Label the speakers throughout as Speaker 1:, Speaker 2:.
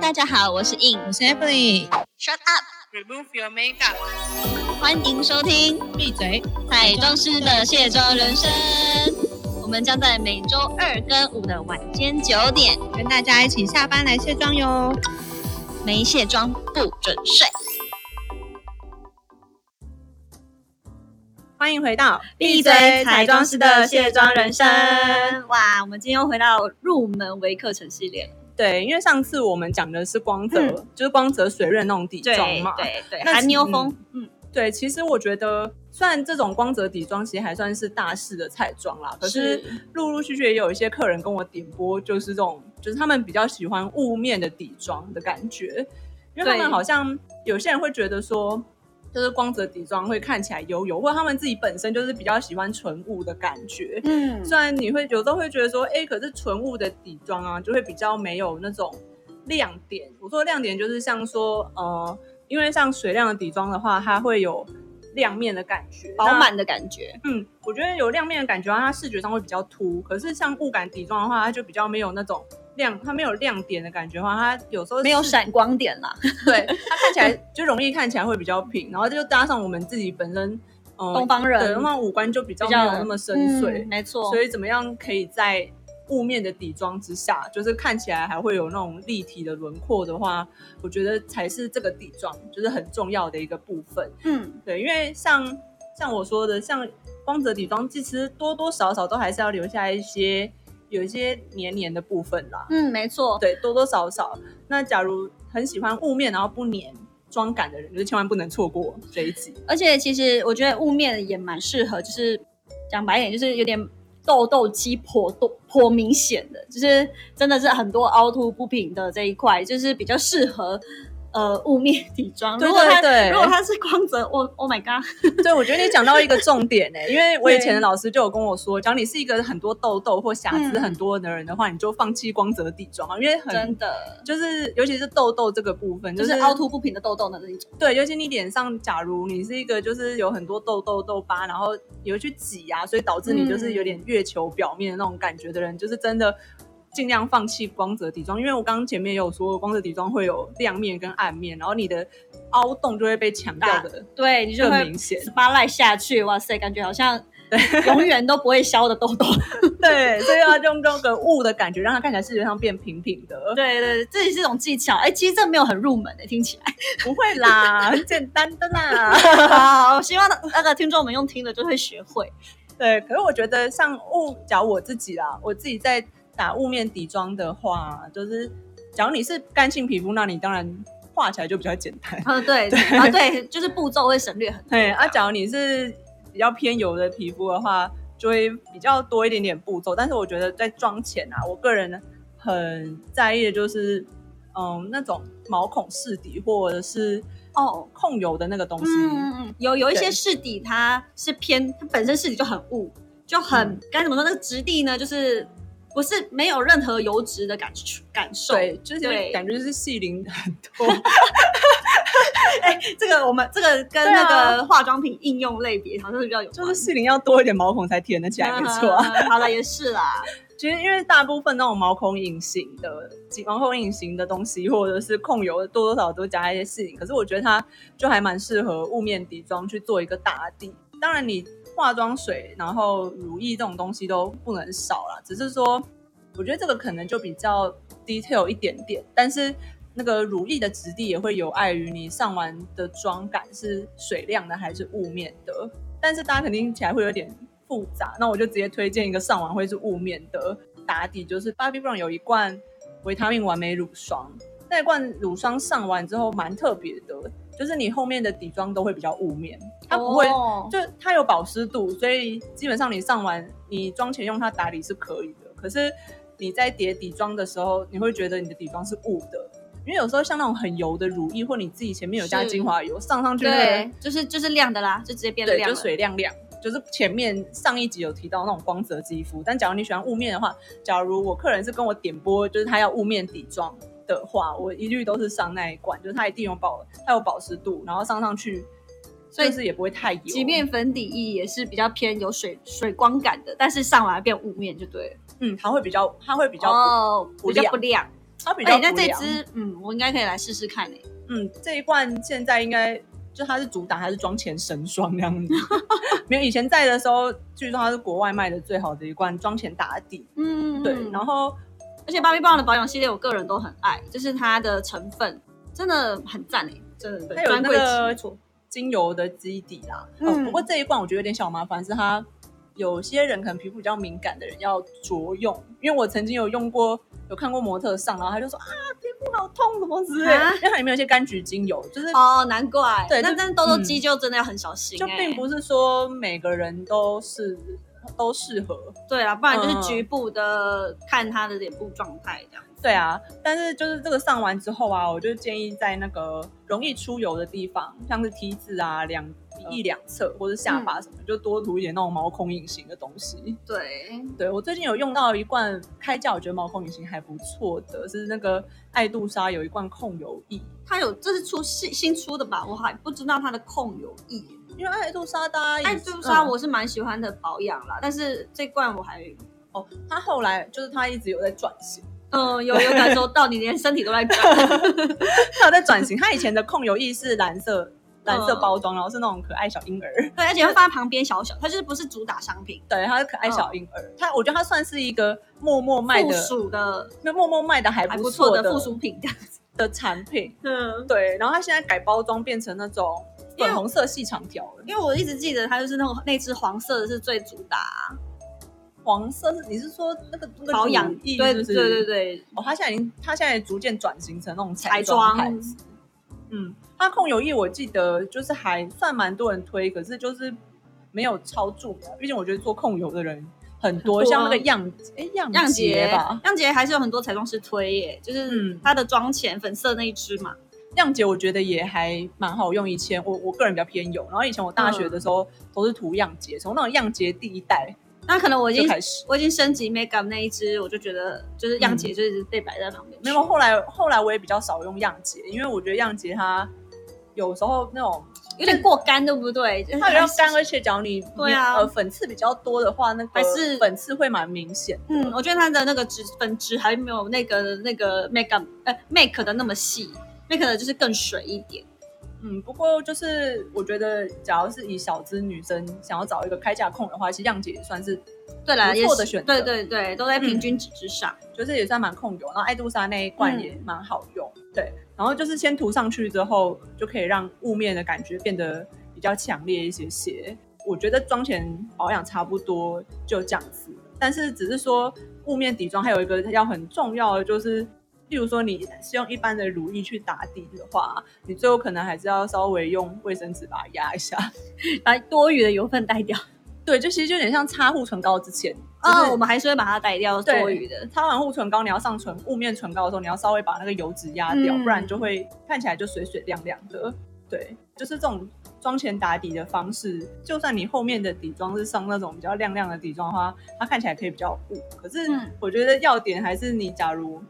Speaker 1: 大家好，我是 In，
Speaker 2: 我是 Emily，
Speaker 1: Shut up，
Speaker 2: Remove your makeup，
Speaker 1: 欢迎收听《
Speaker 2: 闭嘴。
Speaker 1: 彩妆师的卸妆人生》，我们将在每周二跟五的晚间九点，
Speaker 2: 跟大家一起下班来卸妆哟。
Speaker 1: 没卸妆不准睡。
Speaker 2: 欢迎回到
Speaker 1: 闭嘴，彩妆师的卸妆人生。哇，我们今天又回到入门微课程系列了。
Speaker 2: 对，因为上次我们讲的是光泽，就是光泽水润那种底妆
Speaker 1: 嗯对
Speaker 2: 嘛。
Speaker 1: 对对，
Speaker 2: 那
Speaker 1: 韩
Speaker 2: 其
Speaker 1: 妞风，嗯，
Speaker 2: 对其实我觉得，虽然这种光泽底妆其实还算是大势的彩妆啦，可是陆陆续续也有一些客人跟我点播，就是这种，就是他们比较喜欢雾面的底妆的感觉，因为他
Speaker 1: 对
Speaker 2: 们好像有些人会觉得说，就是光泽底妆会看起来油油，或者他们自己本身就是比较喜欢纯雾的感觉。
Speaker 1: 嗯，
Speaker 2: 虽然你会有时候会觉得说，哎、可是纯雾的底妆啊，就会比较没有那种亮点。我说的亮点就是像说，呃，因为像水亮的底妆的话，它会有亮面的感觉，
Speaker 1: 饱
Speaker 2: 那
Speaker 1: 满的感觉，
Speaker 2: 嗯，我觉得有亮面的感觉啊，它视觉上会比较凸。可是像雾感底妆的话，它就比较没有那种亮，它没有亮点的感觉的话，它有时候
Speaker 1: 没有
Speaker 2: 嗯是
Speaker 1: 闪光点啦，
Speaker 2: 对，它看起来 就容易看起来会比较平。然后这就搭上我们自己本身，呃，
Speaker 1: 东方
Speaker 2: 对，
Speaker 1: 人
Speaker 2: 那么五官就比较
Speaker 1: 比
Speaker 2: 没有
Speaker 1: 较
Speaker 2: 那么深邃，
Speaker 1: 嗯没错
Speaker 2: 所。以怎么样可以在雾面的底妆之下，就是看起来还会有那种立体的轮廓的话，我觉得才是这个底妆就是很重要的一个部分。
Speaker 1: 嗯，
Speaker 2: 对，因为像像我说的，像光泽底妆，其实多多少少都还是要留下一些有一些黏黏的部分啦。
Speaker 1: 嗯，没错。
Speaker 2: 对，多多少少。那假如很喜欢雾面然后不黏妆感的人，就是千万不能错过这一集。
Speaker 1: 而且其实我觉得雾面也蛮适合，就是讲白一点，就是有点痘痘肌颇多颇明显的，就是真的是很多凹凸不平的这一块，就是比较适合呃雾面底妆。
Speaker 2: 对
Speaker 1: 如果它
Speaker 2: 对对
Speaker 1: 如果它是光泽，我 Oh my God，
Speaker 2: 对，我觉得你讲到一个重点呢、因为我以前
Speaker 1: 对
Speaker 2: 的老师就有跟我说，讲你是一个很多痘痘或瑕疵
Speaker 1: 嗯
Speaker 2: 很多的人的话，你就放弃光泽底妆啊，因为很
Speaker 1: 真的
Speaker 2: 就是尤其是痘痘这个部分，
Speaker 1: 就是凹凸不平的痘痘的那一种。
Speaker 2: 对，尤其你脸上，假如你是一个就是有很多痘痘、痘疤，然后也会去挤啊，所以导致你就是有
Speaker 1: 嗯
Speaker 2: 点月球表面的那种感觉的人，就是真的尽量放弃光泽底妆，因为我刚刚前面也有说，光泽底妆会有亮面跟暗面，然后你的凹洞就会被强调的
Speaker 1: 对你就
Speaker 2: 更
Speaker 1: 会
Speaker 2: 明显。
Speaker 1: spotlight 下去，哇塞，感觉好像永远都不会消的痘痘。
Speaker 2: 对，所以要用这个雾的感觉，让它看起来视觉上变平平的。
Speaker 1: 对对，对这也是一种技巧。哎，其实这没有很入门的，听起来。
Speaker 2: 不会啦，很简单的啦。
Speaker 1: 好，我希望那个听众们用听了就会学会。
Speaker 2: 对，可是我觉得像雾，假如我自己啦，我自己在打雾面底妆的话，就是假如你是干性皮肤，那你当然画起来就比较简 单。
Speaker 1: 啊，对啊，对，就是步骤会省略很多。
Speaker 2: 对，啊，假如你是比较偏油的皮肤的话，就会比较多一点点步骤。但是我觉得在妆前啊，我个人很在意的就是，嗯，那种毛孔试底或者是
Speaker 1: 哦，
Speaker 2: 控油的那个东西。
Speaker 1: 嗯嗯嗯，有有一些
Speaker 2: 对
Speaker 1: 试底它是偏，它本身试底就很雾，就很
Speaker 2: 嗯
Speaker 1: 该怎么说？那个质地呢，就是不是没有任何油脂的感感受。
Speaker 2: 对，就是
Speaker 1: 对
Speaker 2: 感觉就是细鳞很 多，
Speaker 1: 这个我们这个跟
Speaker 2: 对
Speaker 1: 那
Speaker 2: 啊
Speaker 1: 个化妆品应用类别好像是比较有关，
Speaker 2: 就是细鳞要多一点毛孔才填得起 来，没错啊。
Speaker 1: 嗯 好了，也是啦，
Speaker 2: 其实因为大部分那种毛孔隐形的、毛孔隐形的东西，或者是控油，多多少少都加一些细鳞。可是我觉得它就还蛮适合雾面底妆去做一个打底。当然，你化妆水、然后乳液这种东西都不能少啦。只是说，我觉得这个可能就比较 detail 一点点，但是。那个乳液的质地也会有碍于你上完的妆感是水亮的还是雾面的，但是大家肯定起来会有点复杂，那我就直接推荐一个上完会是雾面的打底，就是 Bobbi Brown 有一罐维他命完美乳霜，那一罐乳霜上完之后蛮特别的，就是你后面的底妆都会比较雾面，它不会、
Speaker 1: 哦
Speaker 2: 就它有保湿度，所以基本上你上完你妆前用它打底是可以的，可是你在叠底妆的时候，你会觉得你的底妆是雾的。因为有时候像那种很油的乳液，或你自己前面有加
Speaker 1: 是
Speaker 2: 精华油，上上去那个
Speaker 1: 对，就是就是亮的啦，就直接变
Speaker 2: 对，
Speaker 1: 亮
Speaker 2: 就
Speaker 1: 了。
Speaker 2: 水亮亮。就是前面上一集有提到那种光泽肌肤，但假如你喜欢雾面的话，假如我客人是跟我点播，就是他要雾面底妆的话，我一律都是上那一罐，就是它一定有保，它有保湿度，然后上上去，
Speaker 1: 所以
Speaker 2: 就是也不会太油。
Speaker 1: 即便粉底液也是比较偏有水水光感的，但是上完变雾面就对了，
Speaker 2: 嗯，它会比较，它会比较不、
Speaker 1: 哦，
Speaker 2: 不
Speaker 1: 比较不亮。
Speaker 2: 它比较
Speaker 1: 哎，
Speaker 2: 不
Speaker 1: 那
Speaker 2: 凉。
Speaker 1: 这支，嗯，我应该可以来试试看诶。欸
Speaker 2: 嗯，这一罐现在应该就它是主打，它是妆前神霜这 样子。没有以前在的时候，据说它是国外卖的最好的一罐妆前打底。
Speaker 1: 嗯，
Speaker 2: 对，然后
Speaker 1: 而且芭比 b 的保养系列，我个人都很爱，就是它的成分真的很赞诶，真的
Speaker 2: 它
Speaker 1: 对，
Speaker 2: 有
Speaker 1: 专
Speaker 2: 那
Speaker 1: 柜级。
Speaker 2: 个精油的基底啦。
Speaker 1: 嗯
Speaker 2: 嗯、不过这一罐我觉得有点小麻烦，是它有些人可能皮肤比较敏感的人要着用，因为我曾经有用过，有看过模特上，然后他就说啊，皮肤好痛什么之类的，
Speaker 1: 啊
Speaker 2: 因为它里面有一些柑橘精油，就是
Speaker 1: 哦，难怪。
Speaker 2: 对
Speaker 1: 那
Speaker 2: 就嗯
Speaker 1: 但痘痘肌就真的要很小心
Speaker 2: 就
Speaker 1: 欸
Speaker 2: 并不是说每个人都是都适合。
Speaker 1: 对啦，不然就
Speaker 2: 嗯
Speaker 1: 是局部的看它的脸部状态这样子。
Speaker 2: 对啊，但是就是这个上完之后啊，我就建议在那个容易出油的地方，像是 T 字啊、两鼻
Speaker 1: 嗯
Speaker 2: 翼两侧或者下巴什么，就多涂一点那种毛孔隐形的东西。
Speaker 1: 对，
Speaker 2: 对我最近有用到一罐开价，我觉得毛孔隐形还不错的，是那个爱杜莎有一罐控油液，
Speaker 1: 它有这是出新新出的吧？我还不知道它的控油液。
Speaker 2: 因为爱杜莎大家
Speaker 1: 爱
Speaker 2: 也
Speaker 1: 朱砂
Speaker 2: 嗯
Speaker 1: 我是蛮喜欢的保养啦，但是这罐我还
Speaker 2: 哦，它后来就是它一直有在转型，
Speaker 1: 嗯有有感受到，你连身体都在 转。
Speaker 2: 它有在转型，它以前的控油液是蓝
Speaker 1: 嗯
Speaker 2: 色。蓝色包装，然后是那种可爱小婴儿，
Speaker 1: 对，而且会放在旁边小小，它就是不是主打商 品，
Speaker 2: 对，它是可爱小婴儿，它我觉得它算是一个默默卖
Speaker 1: 附
Speaker 2: 的，
Speaker 1: 属的
Speaker 2: 那默默卖的还
Speaker 1: 还
Speaker 2: 不
Speaker 1: 不错
Speaker 2: 错
Speaker 1: 的
Speaker 2: 的
Speaker 1: 附属品这样子。
Speaker 2: 的产品。
Speaker 1: 嗯，
Speaker 2: 对，然后它现在改包装变成那种粉红色细长条了，
Speaker 1: 因为我一直记得它就是那种那只黄色的是最主打啊、
Speaker 2: 黄色是你是说那个那个
Speaker 1: 保养，
Speaker 2: 乳液
Speaker 1: 对对
Speaker 2: 是不
Speaker 1: 对
Speaker 2: 是
Speaker 1: 对，
Speaker 2: 哦，它现在已经它现在逐渐转型成那种
Speaker 1: 彩
Speaker 2: 彩
Speaker 1: 妆
Speaker 2: 牌子。嗯，它控油液我记得就是还算蛮多人推，可是就是没有超著名啊，毕竟我觉得做控油的人很多，
Speaker 1: 很多啊
Speaker 2: 像那个样哎样
Speaker 1: 样
Speaker 2: 杰
Speaker 1: 杰
Speaker 2: 吧，，
Speaker 1: 样杰还是有很多彩妆师推耶，就是
Speaker 2: 嗯
Speaker 1: 它的妆前粉色那一支嘛，
Speaker 2: 亮姐我觉得也还蛮好用。以前我我个人比较偏油，然后以前我大学的时候都是涂样姐，从那种样姐第一代
Speaker 1: 那可能我已
Speaker 2: 就
Speaker 1: 经
Speaker 2: 开始。
Speaker 1: 我已经升级 makeup 那一支，我就觉得就是样姐就是被摆在旁边，
Speaker 2: 没有，后来后来我也比较少用样姐，因为我觉得样姐它有时候那种
Speaker 1: 有点过干，对不对？就是
Speaker 2: 它比较干，而且假如你
Speaker 1: 对啊
Speaker 2: 你呃粉刺比较多的话，那个
Speaker 1: 还是
Speaker 2: 粉刺会蛮明显。
Speaker 1: 嗯，我觉得它的那个脂粉质还没有那个那个 makeup 呃 make 的那么细，make 的就是更水一点。
Speaker 2: 嗯，不过就是我觉得，假如是以小资女生想要找一个开价控的话，其实样姐也算是
Speaker 1: 对啦，
Speaker 2: 不
Speaker 1: 也
Speaker 2: 错
Speaker 1: 是
Speaker 2: 的选择
Speaker 1: 对对对，都在平均值之上。
Speaker 2: 就是也算蛮控油，然后爱杜莎那一罐
Speaker 1: 嗯
Speaker 2: 也蛮好用，对，然后就是先涂上去之后，就可以让雾面的感觉变得比较强烈一些些。我觉得妆前保养差不多就这样子，但是只是说雾面底妆还有一个要很重要的就是，例如说你是用一般的乳液去打底的话，你最后可能还是要稍微用卫生纸把它压一下。嗯
Speaker 1: 把多余的油分带 掉。
Speaker 2: 对，就其实就有点像擦护唇膏之前，就是
Speaker 1: 嗯，我们还是会把它带掉
Speaker 2: 对
Speaker 1: 多余的。
Speaker 2: 擦完护唇膏，你要上唇雾面唇膏的时候，你要稍微把那个油脂压掉，
Speaker 1: 嗯
Speaker 2: 不然就会看起来就水水亮亮的。对，就是这种妆前打底的方式，就算你后面的底妆是上那种比较亮亮的底妆的话，它看起来可以比较雾。可是
Speaker 1: 嗯
Speaker 2: 我觉得要点还是你假如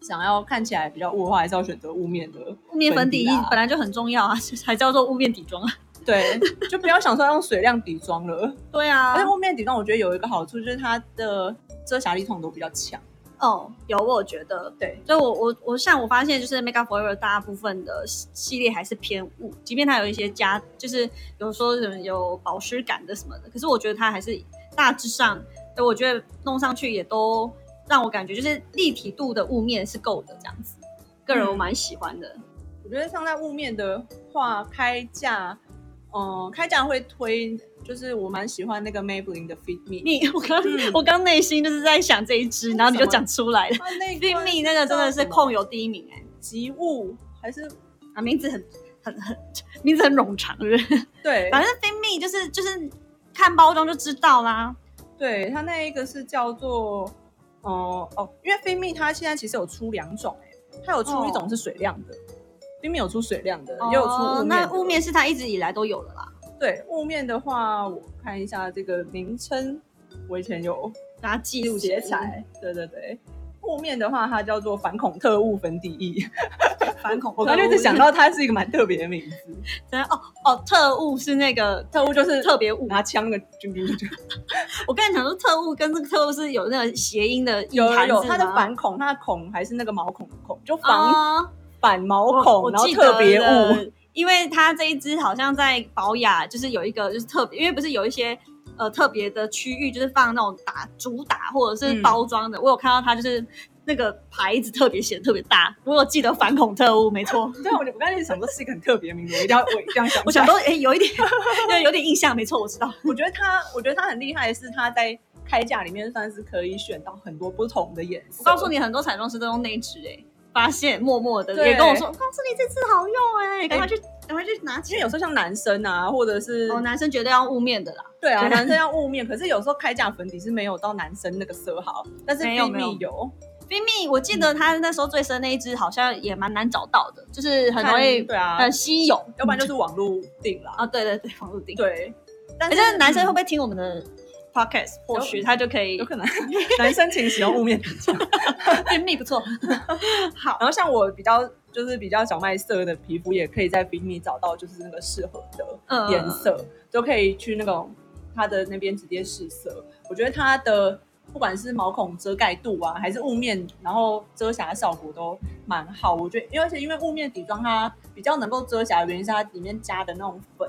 Speaker 2: 想要看起来比较雾的话，还是要选择雾面的
Speaker 1: 雾面粉底
Speaker 2: 底
Speaker 1: 液
Speaker 2: 啦
Speaker 1: 本来就很重要啊，才叫做雾面底妆啊。
Speaker 2: 对，就不要想说要用水亮底妆了。
Speaker 1: 对啊
Speaker 2: 而且雾面底妆我觉得有一个好处就是它的遮瑕力通常都比较强。
Speaker 1: 哦，有我有觉得，
Speaker 2: 对，
Speaker 1: 所以我我我像我发现就是 Make Up Forever 大部分的系系列还是偏雾，即便它有一些加，就是有说什么有保湿感的什么的，可是我觉得它还是大致上，对我觉得弄上去也都让我感觉就是立体度的雾面是够的这样子，个人我蛮喜欢的。
Speaker 2: 我觉得像在雾面的话，开价，嗯、开价会推，就是我蛮喜欢那个 Maybelline 的 Fit Me，
Speaker 1: 你我刚、
Speaker 2: 嗯
Speaker 1: 我刚内心就是在想这一支，然后你就讲出来了。
Speaker 2: 它那
Speaker 1: b i m i 那个真的是控
Speaker 2: 油
Speaker 1: 油第一名哎、
Speaker 2: 及雾还是
Speaker 1: 啊名字很很 很名字很冗长是不是？
Speaker 2: 对
Speaker 1: 反正 f i m i 就是就是看包装就知道啦。
Speaker 2: 对，它那一个是叫做，哦、哦，因为 Fit Me 它现在其实有出两种、欸，它有出一种是水亮的。Fit Me 有出水亮的，也有出雾
Speaker 1: 哦
Speaker 2: 面的、
Speaker 1: 那雾面是它一直以来都有的啦。
Speaker 2: 对雾面的话，我看一下这个名称，我以前有
Speaker 1: 拿记
Speaker 2: 记录
Speaker 1: 录
Speaker 2: 写彩，对对对。雾面的话，它叫做反恐特务粉底液。
Speaker 1: 反恐特务。
Speaker 2: 我刚刚就一直想到它是一个蛮特别的名字，
Speaker 1: 真的，哦哦，特务是那个特
Speaker 2: 特务就是
Speaker 1: 特别务。
Speaker 2: 拿枪的，就就就
Speaker 1: 我刚才讲说特务跟这个特务是有那个谐音的意
Speaker 2: 有
Speaker 1: 涵
Speaker 2: 有
Speaker 1: 是
Speaker 2: 它的
Speaker 1: 吗
Speaker 2: 反恐，它的恐还是那个毛孔的孔，就防
Speaker 1: 哦
Speaker 2: 反毛
Speaker 1: 我
Speaker 2: 孔，
Speaker 1: 我
Speaker 2: 然后
Speaker 1: 记
Speaker 2: 特
Speaker 1: 得
Speaker 2: 别
Speaker 1: 了
Speaker 2: 物，
Speaker 1: 因为它这一只好像在保雅，就是有一个就是特别，因为不是有一些呃特别的区域，就是放那种打主打或者是
Speaker 2: 嗯
Speaker 1: 包装的，我有看到它就是。那个牌子特别写得特别大，我有记得反恐特务没 错，
Speaker 2: 对啊，我就我刚才就想说是一个很特别的名字，我一定要我一定要想起来。
Speaker 1: 我想说哎、有一 点有有点印象，没错，我知道。
Speaker 2: 我觉得他，我觉得他很厉害的是他在开架里面算是可以选到很多不同的颜色。
Speaker 1: 我告诉，你，很多彩妆师都用那一支哎、发现默默的
Speaker 2: 对
Speaker 1: 也跟我说，我告诉你这支好用哎、赶快去赶快去拿
Speaker 2: 因
Speaker 1: 起
Speaker 2: 为
Speaker 1: 来。
Speaker 2: 有时候像男生啊，或者是、
Speaker 1: 哦，男生绝对要雾面的啦，
Speaker 2: 对啊，
Speaker 1: 对
Speaker 2: 男生要雾面，可是有时候开架粉底是没有到男生那个色号，但是
Speaker 1: 没有
Speaker 2: B
Speaker 1: 没有
Speaker 2: 蜜有，
Speaker 1: 冰蜜，我记
Speaker 2: 嗯
Speaker 1: 得它那时候最深那一支好像也蛮难找到的，就是很容易
Speaker 2: 看对啊，
Speaker 1: 很稀有，嗯
Speaker 2: 要不然就是网络定啦。
Speaker 1: 啊，对对对，防露定。
Speaker 2: 对，但
Speaker 1: 可
Speaker 2: 是嗯
Speaker 1: 是男生会不会听我们的 podcast？或许他就可以
Speaker 2: 有。可能男生请使用雾面底妆。
Speaker 1: 冰蜜不 错，好，
Speaker 2: 然后像我比较就是比较小麦色的皮肤，也可以在 B 蜜找到就是那个适合的。
Speaker 1: 嗯
Speaker 2: 颜色，就可以去那种它的那边直接试色。我觉得它的不管是毛孔遮盖度啊，还是雾面，然后遮瑕效果都蛮好。我觉得，因为而且因为雾面底妆它比较能够遮瑕，原因是它里面加的那种粉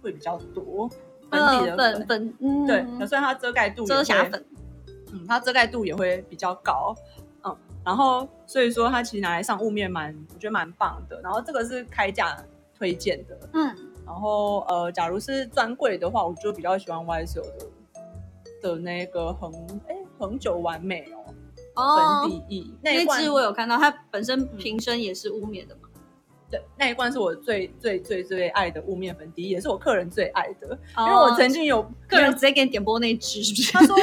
Speaker 2: 会比较多，粉底的
Speaker 1: 嗯
Speaker 2: 粉。
Speaker 1: 粉粉，嗯，
Speaker 2: 对，所以它遮盖度也
Speaker 1: 遮瑕
Speaker 2: 会
Speaker 1: 粉，
Speaker 2: 嗯，它遮盖度也会比较高，嗯，然后所以说它其实拿来上雾面蛮，我觉得蛮棒的。然后这个是开价推荐的，
Speaker 1: 嗯，
Speaker 2: 然后呃，假如是专柜的话，我就比较喜欢 YSL 的的那个恒哎恒久完美哦，
Speaker 1: 哦
Speaker 2: 粉，底液、那一
Speaker 1: 那
Speaker 2: 罐
Speaker 1: 支我有看到，它本身瓶身也是雾面的嘛，
Speaker 2: 对那一罐是我最最最最爱的雾面粉底液，也是我客人最爱的，
Speaker 1: 因
Speaker 2: 嗯因为我曾经 有
Speaker 1: 个哦人直接给你点播那一支，是不是？
Speaker 2: 他说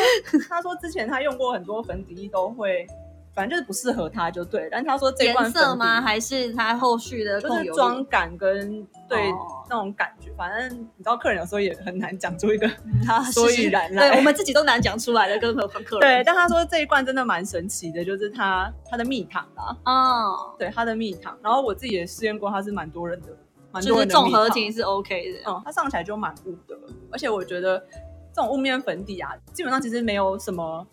Speaker 2: 他说之前他用过很多粉底液都会，反正就是不适合他就对，但他说 这一罐
Speaker 1: 颜
Speaker 2: 粉底
Speaker 1: 色吗？还是它后续的
Speaker 2: 就
Speaker 1: 控
Speaker 2: 是
Speaker 1: 油
Speaker 2: 妆感跟对。
Speaker 1: 哦
Speaker 2: 那种感觉，反正你知道，客人有时候也很难讲出一 个
Speaker 1: 啊
Speaker 2: 所以
Speaker 1: 是是
Speaker 2: 然来
Speaker 1: 对我们自己都难讲出来的，更何况客
Speaker 2: 对，
Speaker 1: 人。，
Speaker 2: 但他说这一罐真的蛮神奇的，就是它它的蜜糖啦，
Speaker 1: 哦，
Speaker 2: 对它的蜜糖。然后我自己也试验过，它是蛮多人的，蛮
Speaker 1: 就
Speaker 2: 多
Speaker 1: 是
Speaker 2: 人的
Speaker 1: 综
Speaker 2: 蜜
Speaker 1: 合
Speaker 2: 糖
Speaker 1: 体是 OK 的。
Speaker 2: 嗯，它上起来就蛮雾的，而且我觉得这种雾面粉底啊，基本上其实没有什么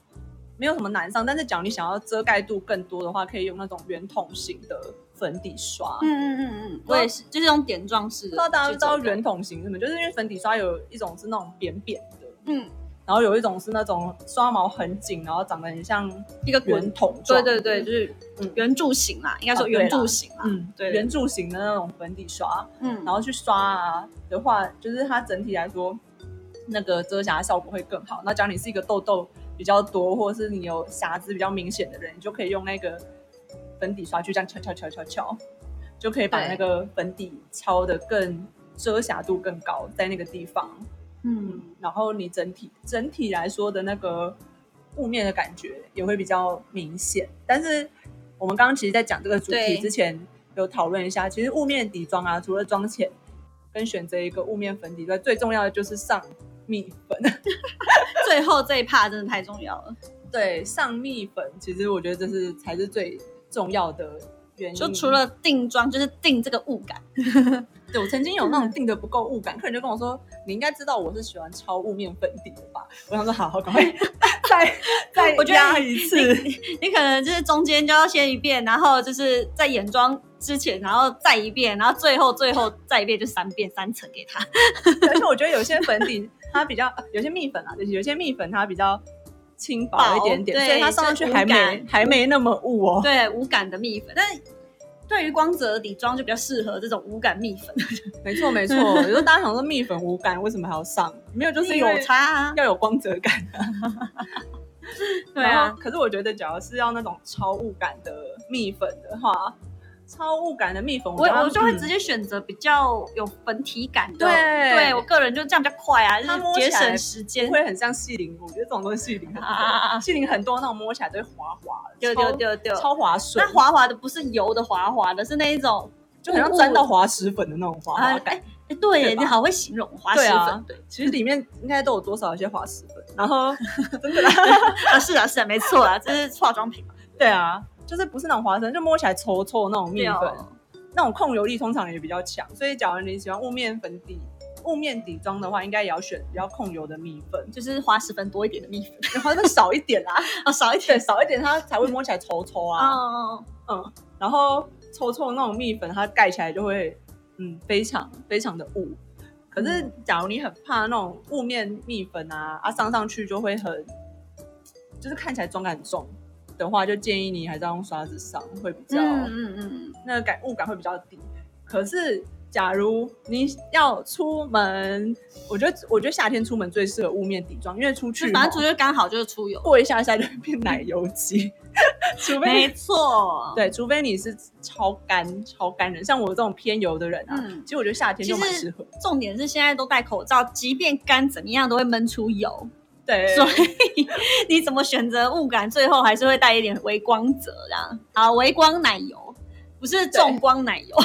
Speaker 2: 没有什么难上，但是讲你想要遮盖度更多的话，可以用那种圆筒型的粉底刷。
Speaker 1: 嗯嗯嗯嗯，我也是，就是用点状式
Speaker 2: 不
Speaker 1: 的。
Speaker 2: 知道大家知道
Speaker 1: 这种
Speaker 2: 圆筒型是什么？就是因为粉底刷有一种是那种扁扁的，
Speaker 1: 嗯，
Speaker 2: 然后有一种是那种刷毛很紧，然后长得很像
Speaker 1: 一个滚
Speaker 2: 圆，筒状
Speaker 1: 对
Speaker 2: 的。
Speaker 1: 对对，就是
Speaker 2: 嗯
Speaker 1: 圆柱形啦，应该
Speaker 2: 哦
Speaker 1: 说
Speaker 2: 对啦
Speaker 1: 圆柱形啦。
Speaker 2: 嗯，
Speaker 1: 对
Speaker 2: 圆柱形的那种粉底刷，
Speaker 1: 嗯，
Speaker 2: 然后去刷啊的话，就是它整体来说，那个遮瑕效果会更好。那假如你是一个痘痘比较多，或者是你有瑕疵比较明显的人，你就可以用那个粉底刷去这样敲敲敲敲敲，就可以把
Speaker 1: 对
Speaker 2: 那个粉底敲的更遮瑕度更高，在那个地方，
Speaker 1: 嗯，
Speaker 2: 嗯，然后你整体整体来说的那个雾面的感觉也会比较明显。但是我们刚刚其实，在讲这个主题
Speaker 1: 对
Speaker 2: 之前，有讨论一下，其实雾面底妆啊，除了妆前跟选择一个雾面粉底之外，最重要的就是上蜜粉。
Speaker 1: 最后这一趴真的太重要
Speaker 2: 嗯
Speaker 1: 了，
Speaker 2: 对，上蜜粉，其实我觉得这是才是最重要的原因。
Speaker 1: 就除了定妆，就是定这个雾感。
Speaker 2: 对我曾经有那种定的不够雾感，客人就跟我说：“你应该知道我是喜欢超雾面粉底的吧？”我想说：“好好，赶 快再 再
Speaker 1: 我觉得
Speaker 2: 压一次。”
Speaker 1: 你可能就是中间就要先一遍，然后就是在眼妆之前，然后再一遍，然后最后最后再一遍，就三遍三层给他。
Speaker 2: 而且我觉得有些粉底它比较，呃有些蜜粉啊，就是有些蜜粉它比较轻薄
Speaker 1: 薄
Speaker 2: 一点点，
Speaker 1: 对
Speaker 2: 所以它上上去
Speaker 1: 所以
Speaker 2: 还没
Speaker 1: 无感
Speaker 2: 还没那么雾哦。
Speaker 1: 对，无感的蜜粉，但是对于光泽底妆就比较适合这种无感蜜粉，
Speaker 2: 没错没错，有时候大家想说蜜粉无感，为什么还要上？没有，就是因为
Speaker 1: 有差啊。
Speaker 2: 要有光泽感。
Speaker 1: 对
Speaker 2: 然
Speaker 1: 啊
Speaker 2: 后，可是我觉得，假如是要那种超雾感的蜜粉的话，超雾感的蜜粉
Speaker 1: 我
Speaker 2: 觉得嗯
Speaker 1: 我就会直
Speaker 2: 接。
Speaker 1: 接选择比较有粉体感的。
Speaker 2: 对
Speaker 1: 对我个人就这样比较快啊，就
Speaker 2: 它摸
Speaker 1: 是
Speaker 2: 起来
Speaker 1: 节省时间。
Speaker 2: 会很像细鳞，我觉得这种东西细鳞很多，细、
Speaker 1: 啊啊啊
Speaker 2: 鳞很多那种摸起来都会滑滑的，
Speaker 1: 丢
Speaker 2: 超
Speaker 1: 丢丢丢，
Speaker 2: 超滑顺
Speaker 1: 那，滑滑的不是油的滑滑的，是那一种
Speaker 2: 就很像
Speaker 1: 雾雾
Speaker 2: 沾到滑石粉的那种滑
Speaker 1: 啊
Speaker 2: 滑，感。
Speaker 1: 哎哎，对耶，
Speaker 2: 对吧
Speaker 1: 你好会形容滑石
Speaker 2: 对啊
Speaker 1: 粉，对。
Speaker 2: 其实里面应该都有多少一些滑石粉，然后
Speaker 1: 啊，是啊，是啊，没错啊，这是化妆品嘛。
Speaker 2: 对啊，就是不是那种花生，就摸起来稠稠那种
Speaker 1: 对
Speaker 2: 面粉，
Speaker 1: 哦，
Speaker 2: 那种控油力通常也比较强。所以，假如你喜欢雾面粉底、雾面底妆的话，应该也要选比较控油的蜜粉，
Speaker 1: 就是花十分多一点的蜜粉，
Speaker 2: 花生少一点啦，
Speaker 1: 哦，少一
Speaker 2: 对，
Speaker 1: 点。
Speaker 2: 少一点它才会摸起来稠稠
Speaker 1: 哦
Speaker 2: 啊。
Speaker 1: 哦，哦
Speaker 2: 嗯，然后稠稠的那种蜜粉，它盖起来就会嗯非常非常的雾。可是
Speaker 1: 嗯
Speaker 2: 假如你很怕那种雾面蜜粉啊，啊上上去就会很，就是看起来妆感很重的话，就建议你还是要用刷子上，会比较、
Speaker 1: 嗯嗯嗯，
Speaker 2: 那个感雾感会比较低。可是假如你要出门，我觉得我觉得夏天出门最适合雾面底妆，因为出
Speaker 1: 就
Speaker 2: 去
Speaker 1: 反正
Speaker 2: 吼
Speaker 1: 主角刚好就是出油，
Speaker 2: 过一下下就会变奶油肌， 除非你
Speaker 1: 没错，，
Speaker 2: 对，除非你是超干超干人，像我这种偏油的人啊，
Speaker 1: 嗯
Speaker 2: 其实我觉得夏天就
Speaker 1: 其
Speaker 2: 蛮
Speaker 1: 实
Speaker 2: 适合。
Speaker 1: 重点是现在都戴口罩，即便干怎么样都会闷出油，
Speaker 2: 对，
Speaker 1: 所以你怎么选择雾感，最后还是会带一点微光泽这样。好，微光奶油不是重光奶油，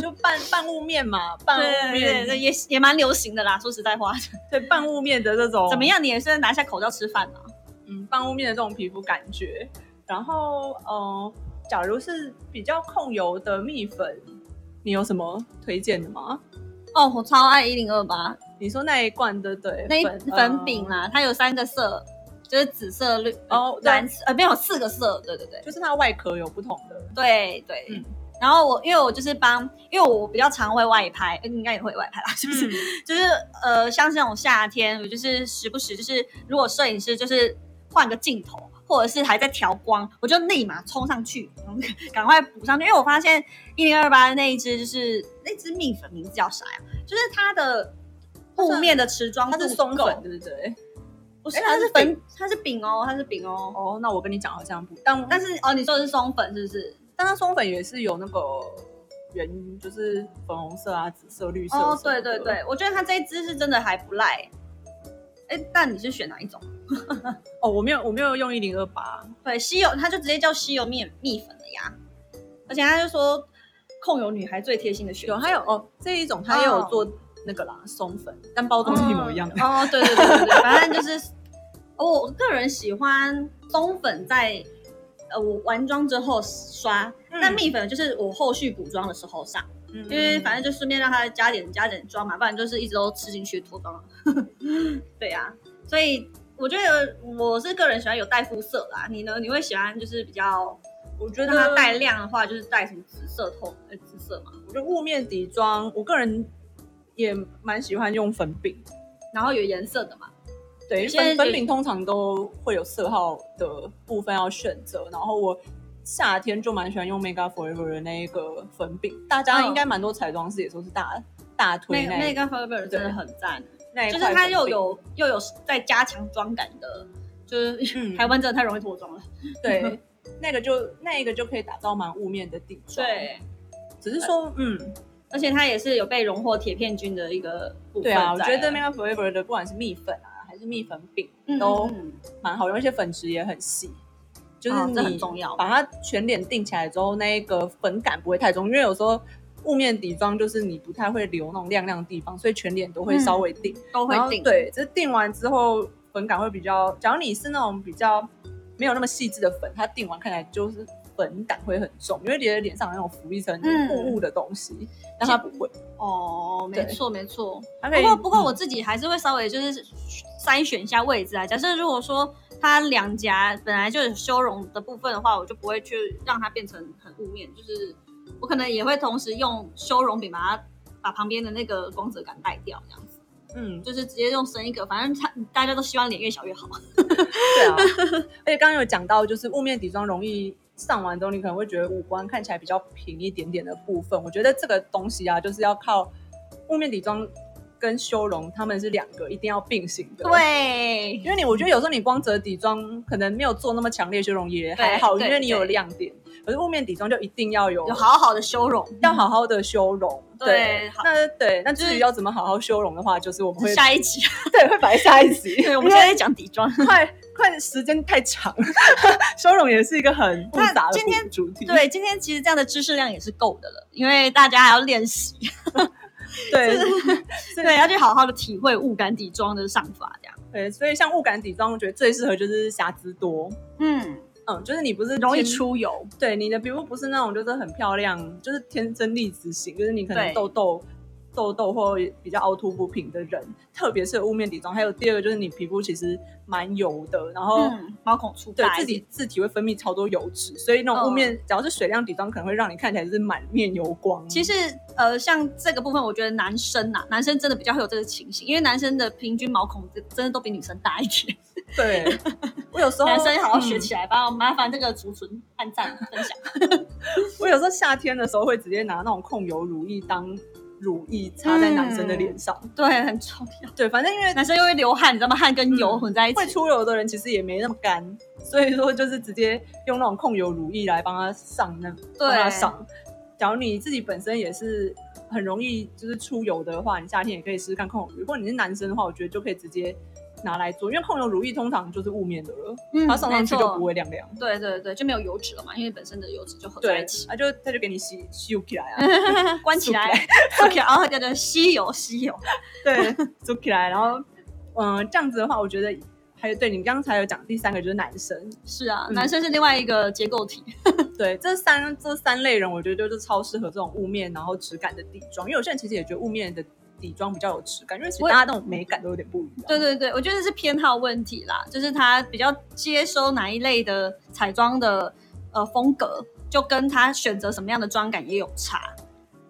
Speaker 2: 就半半雾面嘛，半雾面，
Speaker 1: 对，也也蛮流行的啦。说实在话，
Speaker 2: 对半雾面的这种
Speaker 1: 怎么？样你也是拿下口罩吃饭啊？
Speaker 2: 嗯，半雾面的这种皮肤感觉。然后，呃，假如是比较控油的蜜粉，你有什么推荐的吗？
Speaker 1: 哦，我超爱一零二八
Speaker 2: 你说那一罐的对呃
Speaker 1: 那一粉哦饼，啊啦，它有三个色，就是紫色、绿、
Speaker 2: 哦对
Speaker 1: 蓝色，呃，没有四个色，对对对
Speaker 2: 呃。就是它外壳有不同的，
Speaker 1: 对对。
Speaker 2: 嗯
Speaker 1: 然后我因为我就是帮，因为我比较常会外拍，呃应该也会外拍啦， 是不是？就是呃，像这种夏天，我就是时不时就是，如果摄影师就是换个镜头，或者是还在调光，我就立马冲上去，然后赶快补上去。因为我发现一零二八那一只就是那只蜜粉名字叫啥呀？就是它的雾面的持妆
Speaker 2: 它是
Speaker 1: 度
Speaker 2: 松
Speaker 1: 哦够
Speaker 2: 粉，，对不对？
Speaker 1: 不是
Speaker 2: 哎
Speaker 1: 它
Speaker 2: 它
Speaker 1: 是
Speaker 2: 是
Speaker 1: 粉，它是饼哦，它是饼哦。
Speaker 2: 哦，那我跟你讲好像不，但
Speaker 1: 但是哦，你说的是松粉是不是？
Speaker 2: 但它松粉也是有那个原，就是粉红色啊、紫色、绿色。
Speaker 1: 哦，对对，对，我觉得它这一支是真的还不赖。哎，但你是选哪一种？
Speaker 2: 哦，我没有，我没有用一零二八，
Speaker 1: 对，稀有，它就直接叫稀有面蜜粉了呀。而且他就说，控油女孩最贴心的选择
Speaker 2: 有还有哦，这一种它也有做那个啦，松粉，但包装是一模一样的。
Speaker 1: 哦，哦对对对对对，反正就是，哦我个人喜欢松粉在呃我完妆之后刷，
Speaker 2: 嗯
Speaker 1: 那、蜜粉就是我后续补妆的时候上，
Speaker 2: 嗯
Speaker 1: 因为反正 就顺便让它加点加点妆嘛，不然就是一直都吃进去脱妆了。 对呀、啊，所以我觉得我是个人喜欢有带肤色啦，你呢？你会喜欢就是比较
Speaker 2: 我觉
Speaker 1: 让
Speaker 2: 得
Speaker 1: 它带，亮的话，就是带什么紫色透呃紫色嘛，
Speaker 2: 我觉得雾面底妆，我个人也蛮喜欢用粉饼。
Speaker 1: 然后有颜色的嘛。
Speaker 2: 对，
Speaker 1: 有些人
Speaker 2: 粉
Speaker 1: 有
Speaker 2: 粉饼通常都会有色号的部分要选择，然后我夏天就蛮喜欢用 Mega Forever 的那一个粉饼，大家
Speaker 1: 嗯
Speaker 2: 应该蛮多彩妆师也都是大大推
Speaker 1: 那
Speaker 2: 那
Speaker 1: 那
Speaker 2: 一
Speaker 1: 个 Faber 真的很赞，
Speaker 2: 那一
Speaker 1: 就是
Speaker 2: 块
Speaker 1: 它
Speaker 2: 粉
Speaker 1: 又
Speaker 2: 饼
Speaker 1: 有又有在加强妆感的， 就是、
Speaker 2: 嗯
Speaker 1: 台湾真的太容易脱妆了。
Speaker 2: 对 那个就那一个就可以打造蛮雾面的底妆，，
Speaker 1: 对，
Speaker 2: 只是说嗯，
Speaker 1: 而且它也是有被荣获铁片菌的一个部分
Speaker 2: 对
Speaker 1: 在。
Speaker 2: 啊，我觉得 Mega Forever 的不管是蜜粉啊还是蜜粉饼
Speaker 1: 嗯
Speaker 2: 都
Speaker 1: 嗯嗯
Speaker 2: 蛮好用，而且粉质也很细。就是
Speaker 1: 哦
Speaker 2: 你
Speaker 1: 这很重要
Speaker 2: 把它全脸定起来之后，那一个粉感不会太重，因为有时候雾面底妆就是你不太会留那种亮亮的地方，所以全脸都
Speaker 1: 嗯
Speaker 2: 会稍微定。
Speaker 1: 都
Speaker 2: 然
Speaker 1: 会
Speaker 2: 后
Speaker 1: 定。
Speaker 2: 对，这定完之后粉感会比较，假如你是那种比较没有那么细致的粉，它定完看起来就是粉感会很重，因为你的脸上好像有浮一层
Speaker 1: 嗯
Speaker 2: 雾雾的东西，但它不会，
Speaker 1: 哦，没
Speaker 2: 对
Speaker 1: 错没错。
Speaker 2: 它可
Speaker 1: 不
Speaker 2: 以。
Speaker 1: 过不过我
Speaker 2: 嗯
Speaker 1: 自己还是会稍微就是筛选一下位置啊。假设如果说它两颊本来就有修容的部分的话，我就不会去让它变成很雾面，就是我可能也会同时用修容饼把它把旁边的那个光泽感带掉，这样子
Speaker 2: 嗯，
Speaker 1: 就是直接用深一个，反正它大家都希望脸越小越好。
Speaker 2: 对啊，而且刚刚有讲到，就是雾面底妆容易上完之后，你可能会觉得五官看起来比较平一点点的部分，我觉得这个东西啊，就是要靠雾面底妆跟修容，它们是两个一定要并行的。。
Speaker 1: 对
Speaker 2: 因为你，我觉得有时候你光泽底妆可能没有做那么强烈修容也还好，
Speaker 1: 对
Speaker 2: 因为你有
Speaker 1: 对对
Speaker 2: 亮点。可是雾面底妆就一定要有，
Speaker 1: 有好好的修容，
Speaker 2: 要好好的修容。
Speaker 1: 对好
Speaker 2: 那对，那
Speaker 1: 就
Speaker 2: 至
Speaker 1: 是
Speaker 2: 于要怎么好好修容的话，就是我们会
Speaker 1: 下一集，
Speaker 2: 对会摆下一集，
Speaker 1: 对，我们现在在讲底妆。
Speaker 2: 因为快快时间太长， 修容也是一个很复杂的
Speaker 1: 那今天
Speaker 2: 主题。
Speaker 1: 对，今天其实这样的知识量也是够的了，因为大家还要练习。
Speaker 2: 对对
Speaker 1: 对，要去好好的体会雾感底妆的上法，这样。
Speaker 2: 对，所以像雾感底妆，我觉得最适合就是瑕疵多，
Speaker 1: 嗯，
Speaker 2: 嗯，就是你不是
Speaker 1: 容易
Speaker 2: 天
Speaker 1: 出油。
Speaker 2: 对，你的皮肤不是那种就是很漂亮，就是天生丽质型，就是你可能
Speaker 1: 对
Speaker 2: 痘痘、痘痘或比较凹凸不平的人，特别是雾面底妆。还有第二个就是你皮肤其实蛮油的，然后、
Speaker 1: 嗯，毛孔粗
Speaker 2: 对
Speaker 1: 大一
Speaker 2: 自
Speaker 1: 点，
Speaker 2: 己自体会分泌超多油脂，所以那种雾
Speaker 1: 嗯
Speaker 2: 面、只要是水亮底妆，可能会让你看起来就是满面油光。
Speaker 1: 其实呃，像这个部分，我觉得男生呐、男生真的比较会有这个情形，因为男生的平均毛孔真的都比女生大一点。
Speaker 2: 对，我有时候
Speaker 1: 男生好好
Speaker 2: 嗯
Speaker 1: 学起来吧，麻烦这个竹笋按赞分享。
Speaker 2: 我有时候夏天的时候会直接拿那种控油乳液当乳液擦在男
Speaker 1: 嗯
Speaker 2: 生的脸上。
Speaker 1: 对，很重要。嗯
Speaker 2: 对，反正因 为
Speaker 1: 男生又会流汗，你知道吗？汗跟油混在一起。
Speaker 2: 会出油的人其实也没那么干，所以说就是直接用那种控油乳液来帮他上那帮他上。假如你自己本身也是很容易就是出油的话，你夏天也可以试试看控油乳液。如果你是男生的话，我觉得就可以直接拿来做，因为控油乳液通常就是雾面的了，
Speaker 1: 嗯
Speaker 2: 它上上去就不。
Speaker 1: 没错
Speaker 2: 会亮亮。
Speaker 1: 对对对，就没有油脂了嘛，因为本身的油脂就合在
Speaker 2: 对
Speaker 1: 一起，，
Speaker 2: 它就它就给你吸吸起来 啊，
Speaker 1: 关起来，o k 然后叫做吸油吸油。
Speaker 2: 对，组起来，然后嗯、这样子的话，我觉得还有对你刚才有讲第三个就是男生，
Speaker 1: 是啊，
Speaker 2: 嗯
Speaker 1: 男生是另外一个结构体。
Speaker 2: 对，这三这三类人，我觉得就是超适合这种雾面然后质感的底妆，因为有些人其实也觉得雾面的底妆比较有质感，因为其实
Speaker 1: 我
Speaker 2: 大家那种美感都有点不一样。
Speaker 1: 对对对，我觉得是偏好问题啦，就是他比较接收哪一类的彩妆的呃风格，就跟他选择什么样的妆感也有差。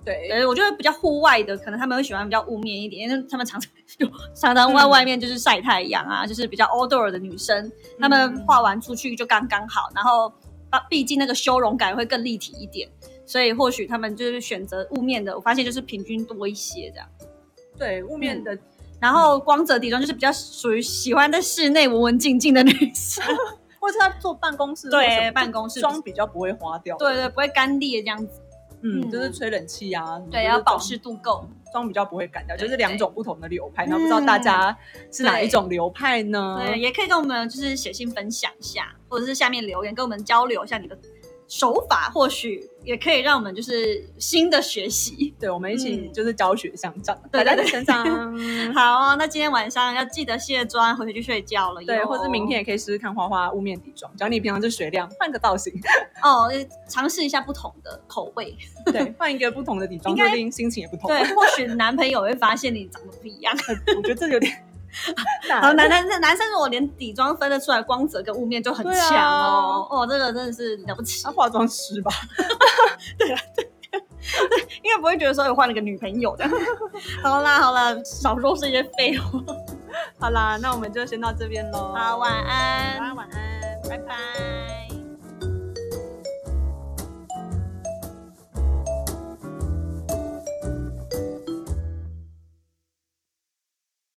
Speaker 2: 对
Speaker 1: 对，我觉得比较户外的，可能他们会喜欢比较雾面一点，因为他们常常 就常常在
Speaker 2: 嗯
Speaker 1: 外面就是晒太阳啊，就是比较 outdoor 的女生，她们化完出去就刚刚好，然后啊，毕竟那个修容感会更立体一点。所以或许他们就是选择雾面的，我发现就是平均多一些这样。
Speaker 2: 对雾
Speaker 1: 嗯
Speaker 2: 面的，
Speaker 1: 然后光泽底妆就是比较属于喜欢在室内文文静静的女 生，
Speaker 2: 或者是他坐办公室
Speaker 1: 对
Speaker 2: 或什么
Speaker 1: 办公室
Speaker 2: 妆比较不会花掉。
Speaker 1: 对，对，不会干裂这样子，
Speaker 2: 嗯，
Speaker 1: 嗯
Speaker 2: 就是吹冷气啊，什么
Speaker 1: 对，
Speaker 2: 就是
Speaker 1: 要保
Speaker 2: 妆
Speaker 1: 湿度够。
Speaker 2: 妆比较不会干掉，
Speaker 1: 对
Speaker 2: 就是两种不同的流派。
Speaker 1: 对
Speaker 2: 那不知道大家是哪
Speaker 1: 对
Speaker 2: 一种流派呢？
Speaker 1: 对，也可以跟我们就是写信分享一下，或者是下面留言跟我们交流一下你的手法，或许也可以让我们就是新的学 习。
Speaker 2: 对，我们一起
Speaker 1: 嗯
Speaker 2: 就是教学相长，
Speaker 1: 对对
Speaker 2: 摆在你
Speaker 1: 对
Speaker 2: 身上。
Speaker 1: 好哦、那今天晚上要记得卸妆回去去睡觉了哟。
Speaker 2: 对，或是明天也可以试试看花花雾面底妆，只要你平常就水亮，换个造型，
Speaker 1: 哦，尝试一下不同的口味。
Speaker 2: 对，换一个不同的底妆，
Speaker 1: 应
Speaker 2: 说
Speaker 1: 该
Speaker 2: 不定心情也不同。
Speaker 1: 对， 或许男朋友会发现你长得不一样。
Speaker 2: 我觉得这有点
Speaker 1: 好，
Speaker 2: 难。
Speaker 1: 男男男生如果连底妆分得出来，光泽跟雾面就很
Speaker 2: 对啊
Speaker 1: 强哦。哦，这个真的是了不起
Speaker 2: 他，化妆师吧？
Speaker 1: 因为不会觉得说有换了个女朋友这样。 好啦好啦，少说这些废话。
Speaker 2: 好啦，那我们就先到这边喽。
Speaker 1: 好，晚
Speaker 2: 大
Speaker 1: 安
Speaker 2: 家，晚安，拜拜。
Speaker 1: 拜拜。